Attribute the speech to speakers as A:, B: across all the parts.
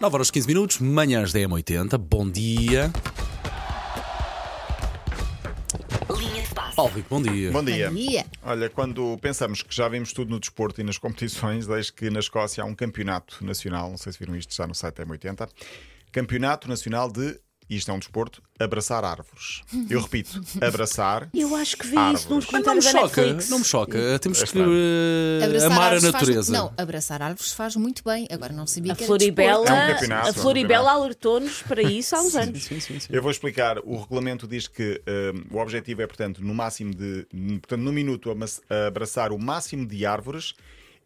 A: 9 horas 15 minutos, manhãs 10 80 bom dia.
B: Linha de passe.
A: Paulo Rico, bom dia.
C: Bom dia.
D: Bom dia.
C: Olha, quando pensamos que já vimos tudo no desporto e nas competições, desde que na Escócia há um campeonato nacional, não sei se viram isto já no site M80, Campeonato Nacional de, e isto é um desporto, abraçar árvores. Eu repito, abraçar.
E: Eu acho que vi
C: árvores.
E: isso nos
C: Mas
A: Mas não me
E: comentários da
A: choca,
E: Netflix.
A: não me choca. Temos
C: É
A: que
C: estranho.
A: eh, amar a
D: árvores
A: natureza.
D: Faz... Não, abraçar árvores faz muito bem. Agora não sabia
E: A
D: que era desporto.
E: Floribela,
C: É um campeonato, é
E: a
C: um
E: Floribela
C: campeonato.
E: alertou-nos para isso há uns anos.
A: Sim, sim, sim.
C: Eu vou explicar. O regulamento diz que hum, o objetivo é, portanto, no máximo de. hum, Portanto, no minuto, amas- abraçar o máximo de árvores.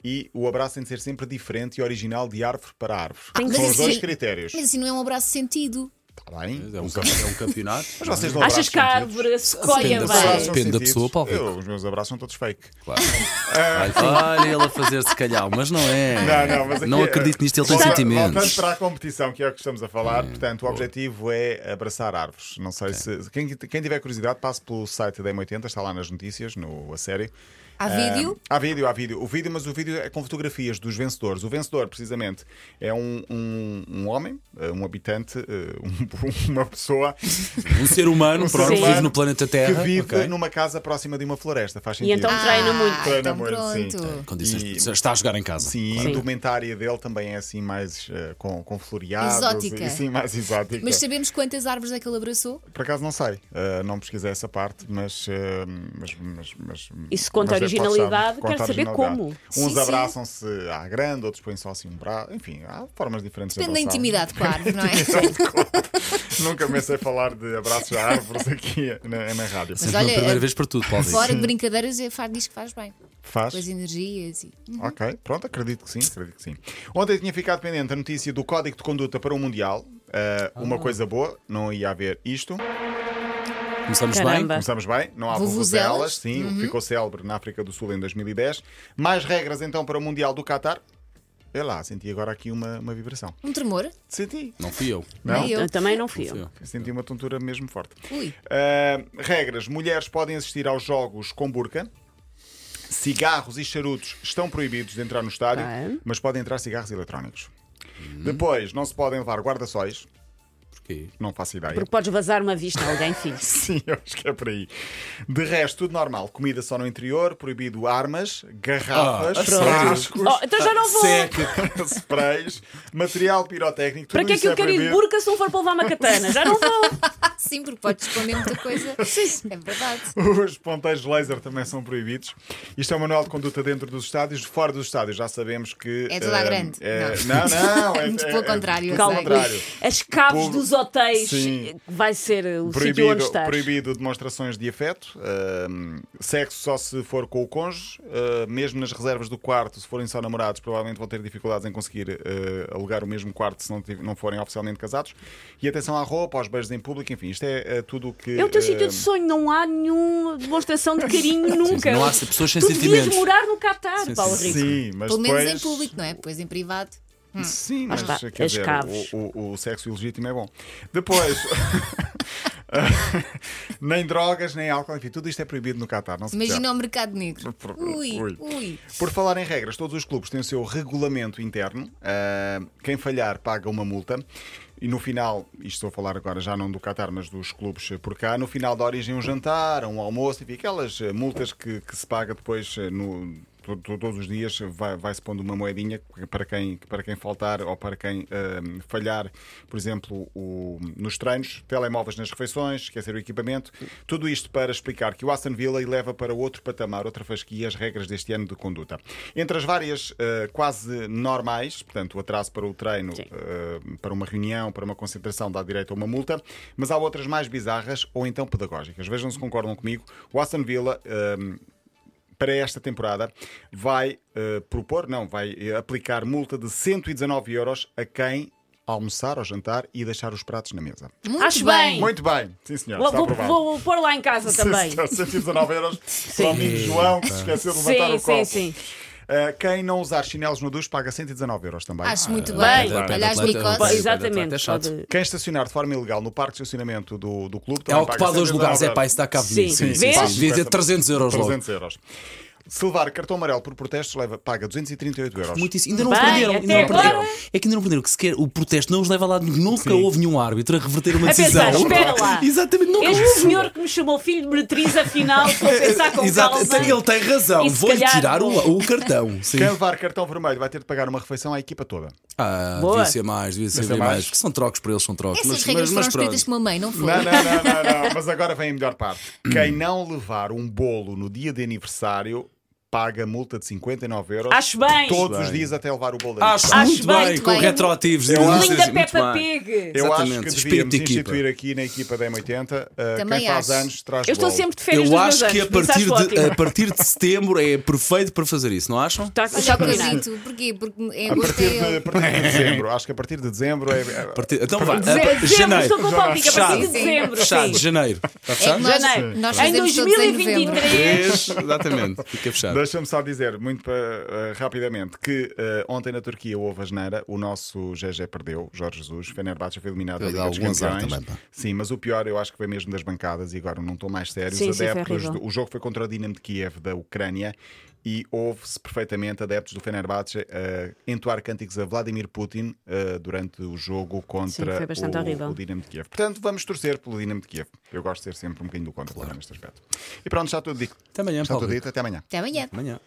C: E o abraço tem de ser sempre diferente e original de árvore para árvore.
E: Tem que
C: São
E: ser
C: os dois
D: assim.
C: critérios.
D: Mas assim não é um abraço sentido.
C: Está bem?
A: É um, campe- é um campeonato.
C: Mas vocês não
E: Achas
C: abraçam
E: que a
C: sentidos?
E: árvore se colhe
C: É.
A: Depende da pessoa.
E: bem?
A: Depende da pessoa, Paulo Rico.
C: Eu, os meus abraços são todos fake.
A: Claro. Olha, olha ele a fazer se calhar, mas não é.
C: Não, não, mas aqui-
A: acredito nisto, ele tem
C: Volta-
A: sentimentos.
C: Voltando para a competição, que é o que estamos a falar, portanto, o objetivo é abraçar árvores. Não sei se. Quem, quem tiver curiosidade, passe pelo site da M80, está lá nas notícias, no, a série.
D: Há vídeo?
C: Há vídeo, há vídeo. O vídeo, mas o vídeo é com fotografias dos vencedores. O vencedor, precisamente, é um, um, um homem, eh, um habitante, eh, um- uma pessoa
A: Um ser humano,
C: um ser
A: pronto,
C: humano
A: vive no planeta Terra.
C: que vive
A: ok.
C: numa casa próxima de uma floresta. Faz
E: E
C: sentido.
E: então treina muito.
C: Treina
D: então
C: muito, sim.
D: pronto.
A: Condições-
C: E-
A: Está a jogar em casa.
C: Sim,
A: claro.
C: a indumentária dele também é assim mais eh, com, com floreados.
D: Exótica.
C: e Sim, mais exótica.
D: Mas sabemos quantas árvores é que ele abraçou?
C: Por acaso não sei, eh, não pesquisei essa parte, mas. eh, mas, mas, mas
E: E se conta
C: mas é, pode ser,
E: originalidade,
C: conta
E: quero saber
C: originalidade.
E: como.
C: Uns
D: Sim, sim.
C: abraçam-se à grande, outros põem só assim um braço. Enfim, há formas diferentes
D: Depende da
C: de abraçar.
D: intimidade com a árvore, não é?
C: Nunca comecei a falar de abraços a árvores aqui na, na rádio.
D: Mas
A: Sempre
D: olha,
A: a primeira
D: é-
A: vez para tudo, Paulo. Rico.
D: Fora de brincadeiras, é, faz, diz que faz bem.
C: Faz?
D: Com as energias e.
C: Ok, pronto, acredito que sim, acredito que sim. Ontem tinha ficado pendente a notícia do Código de Conduta para o Mundial. Eh, Uma coisa boa, não ia haver isto.
A: Começamos
E: Caramba.
A: bem.
C: Começamos bem, não há
D: Vuvuzelas.
C: vuvuzelas, sim,
D: Uhum.
C: ficou célebre na África do Sul em 2010. Mais regras então para o Mundial do Qatar. Sei lá, senti agora aqui uma, uma vibração.
D: Um tremor?
C: Senti,
A: Não fui eu.
C: não?
D: Nem eu.
E: Eu também não fui
A: Fui
E: eu.
A: eu.
C: Senti uma tontura mesmo forte.
D: Ui.
C: Ah, regras: mulheres podem assistir aos jogos com burca. Cigarros e charutos estão proibidos de entrar no
D: Ah,
C: estádio,
D: é?
E: Bem.
C: mas podem entrar cigarros eletrónicos.
D: Hum.
C: Depois, não se podem levar guarda-sóis,
A: Porquê?
C: não faço ideia.
E: Porque podes vazar uma vista a alguém, filho.
C: Sim, eu acho que é por aí. De resto, tudo normal. Comida só no interior, proibido armas, garrafas,
A: Ah, a sério?
C: frascos,
E: Oh, então já não vou.
C: é-
A: Seca.
C: sprays, material pirotécnico. Tudo
E: Para que é
C: isso
E: que eu
C: é
E: quero ir de
C: proibido.
E: burca se não for para levar uma katana? Já não vou.
D: Ah, sim, porque podes esconder muita coisa. É verdade.
C: Os ponteiros laser também são proibidos. Isto é um manual de conduta dentro dos estádios. Fora dos estádios, já sabemos que.
D: É tudo à
C: eh,
D: grande.
C: é-
D: Não.
C: Não, não.
D: É muito pelo contrário, eu
C: tudo ao
D: sei.
C: contrário.
E: As caves
C: Povo-
E: dos hotéis
C: Sim.
E: vai ser o sítio onde
C: Proibido,
E: estás.
C: proibido demonstrações de afeto, hum, sexo só se for com o cônjuge, hum, mesmo nas reservas do quarto, se forem só namorados, provavelmente vão ter dificuldades em conseguir hum, alugar o mesmo quarto se não, tiv- não forem oficialmente casados. E atenção à roupa, aos beijos em público, enfim, isto é hum, tudo o que.
E: É o teu
C: hum,
E: sítio de sonho, não há nenhuma demonstração de carinho nunca.
A: Não há pessoas sem
E: tu
A: sentimentos.
E: devias morar no Catar,
A: sim,
E: Paulo
A: sim.
E: Rico.
C: Sim, mas
D: Pelo menos
C: depois... Hum.
D: em público, não é? Depois em privado.
C: Sim, mas
E: Hum. está,
C: quer
E: as
C: dizer,
E: caves.
C: o, o- o sexo ilegítimo é bom. Depois. Ah, nem drogas, nem álcool, enfim, tudo isto é proibido no Qatar. Não se percebe.
D: Imagina o mercado negro.
C: Por-
D: Ui,
C: ui.
D: ui.
C: Por falar em regras, todos os clubes têm o seu regulamento interno. Ah, quem falhar paga uma multa. E no final, isto estou a falar agora já não do Qatar, mas dos clubes por cá, no final da origem um jantar, um almoço, enfim, aquelas eh, multas que, que se paga depois eh, no. to- to- Todos os dias vai- vai-se pondo uma moedinha para quem, para quem faltar ou para quem ah, falhar, por exemplo, o- nos treinos, telemóveis nas refeições, esquecer o equipamento. Tudo isto para explicar que o Aston Villa eleva para outro patamar, outra fasquia, as regras deste ano de conduta. Entre as várias eh, quase normais, portanto, o atraso para o treino, eh, para uma reunião, para uma concentração, dá direito a uma multa, mas há outras mais bizarras ou então pedagógicas. Vejam se concordam comigo. O Aston Villa. eh, para esta temporada, vai eh, propor, não, vai eh, aplicar multa de 119 euros a quem almoçar ou jantar e deixar os pratos na mesa.
D: Muito
E: Acho bem.
C: Muito bem, sim senhor,
E: Vou,
C: está
E: vou,
C: aprovado.
E: vou pôr lá em casa também.
C: Sim, senhor, 119 euros para o menino João que se esqueceu de levantar
E: Sim,
C: o copo.
E: sim, sim.
C: Ah, quem não usar chinelos no duche paga 119 euros também. Eh,
D: Acho muito bem.
E: bem.
D: Olha as micoses.
A: É
E: Exatamente.
A: chato.
E: pode-
C: Quem estacionar de forma ilegal no parque de estacionamento do, do clube
A: É
C: também paga
A: ocupar dois
C: 119
A: lugares, é
C: euros.
A: pá, isso dá cabo de mim.
E: Sim.
A: Sim, sim, sim.
E: Vês?
A: Devia ter 300 euros logo.
C: 300 euros. Se levar cartão amarelo por protestos, leva, paga 238 euros.
A: Muitíssimo. Ainda não
E: Bem,
A: os perderam.
E: até
A: Ainda não
E: agora.
A: perderam. É que ainda não perderam que sequer o protesto não os leva a lado nenhum. Nunca houve nenhum árbitro a reverter uma
E: A
A: decisão.
E: pensar, espera lá.
A: Exatamente, nunca
E: Este
A: houve.
E: É senhor que me chamou filho de Beatriz, afinal, estou a pensar com
A: Exato,
E: calma.
A: ele tem razão.
E: E se
A: Vou-lhe
E: calhar
A: tirar o,
E: vou.
A: o cartão. Sim.
C: Quem levar cartão vermelho vai ter de pagar uma refeição à equipa toda.
A: Ah,
E: Boa.
A: devia ser mais, devia ser
C: ser
A: bem
C: mais.
A: mais. Porque são trocos para eles, são trocos.
D: Essas regras foram escritas
A: pronto.
D: pela mãe, não foi?
C: Não, não, não, não, não. mas agora vem a melhor parte. Quem não levar um bolo no dia de aniversário paga multa de 59 euros
E: Acho bem.
C: todos os dias até levar o bolo de
A: Acho,
C: aniversário.
E: Acho
A: muito
E: bem,
A: bem,
E: muito
A: com
D: bem.
A: retroativos. de
C: Eu acho-
A: anúncios,
E: Linda
A: muito
E: Peppa
A: bem.
E: Pig.
C: Eu acho
A: Exatamente,
C: que
A: espírito
C: devíamos
A: de equipa.
C: instituir aqui na equipa da M80 uh,
D: Também
C: quem faz
D: acho.
C: anos traz
E: Eu estou
C: bolo.
E: sempre de férias
A: Eu
E: dos
A: acho
E: meus
A: que a
E: anos, por isso
A: partir,
E: acho
A: de, eh,
E: ótimo.
A: a partir de setembro é perfeito para fazer isso, não acham?
E: Está,
D: Olha
E: está
D: o
E: combinado.
A: Eh,
D: casito, porquê? Porque em
C: A
D: agosto
C: partir,
D: é
C: de, a
D: ele.
C: partir de dezembro, acho que a partir de dezembro é. é-
A: Parti- Então vá,
E: Deze-
A: a-
E: Dezembro, estou com
A: janeiro.
E: o palpite, a partir de
D: Fechado.
E: dezembro.
A: Fechado,
E: sim.
A: janeiro. Está
D: É que
A: fechado?
D: nós,
E: Janeiro. Em
D: nós fazemos todos em novembro.
E: 2023.
A: Três, Exatamente, fica fechado.
C: Deixa-me só dizer, muito pa- eh, rapidamente, que eh, ontem na Turquia houve a geneira, o nosso GG perdeu, Jorge Jesus, Fenerbahçe foi eliminado da
A: Ele
C: Liga
A: dá
C: dos
A: algum azar
C: Campeões.
A: também, pá.
C: Sim, mas o pior eu acho que foi mesmo das bancadas, e agora não estou mais sério,
E: Sim,
C: os
E: sim, foi
C: adeptos,
E: horrível.
C: do- o jogo foi contra o Dinamo de Kiev da Ucrânia, e houve-se perfeitamente adeptos do Fenerbahçe eh, entoar cânticos a Vladimir Putin eh, durante o jogo contra
E: Sim, foi bastante
C: o,
E: horrível.
C: o Dinamo de Kiev. Portanto, vamos torcer pelo Dinamo de Kiev. Eu gosto de ser sempre um bocadinho do contra neste aspecto. E pronto, já tudo dito.
A: Até amanhã,
C: Já
A: Paulo
C: tudo
A: Rico.
C: dito, até amanhã.
D: Até amanhã.
A: Amanhã.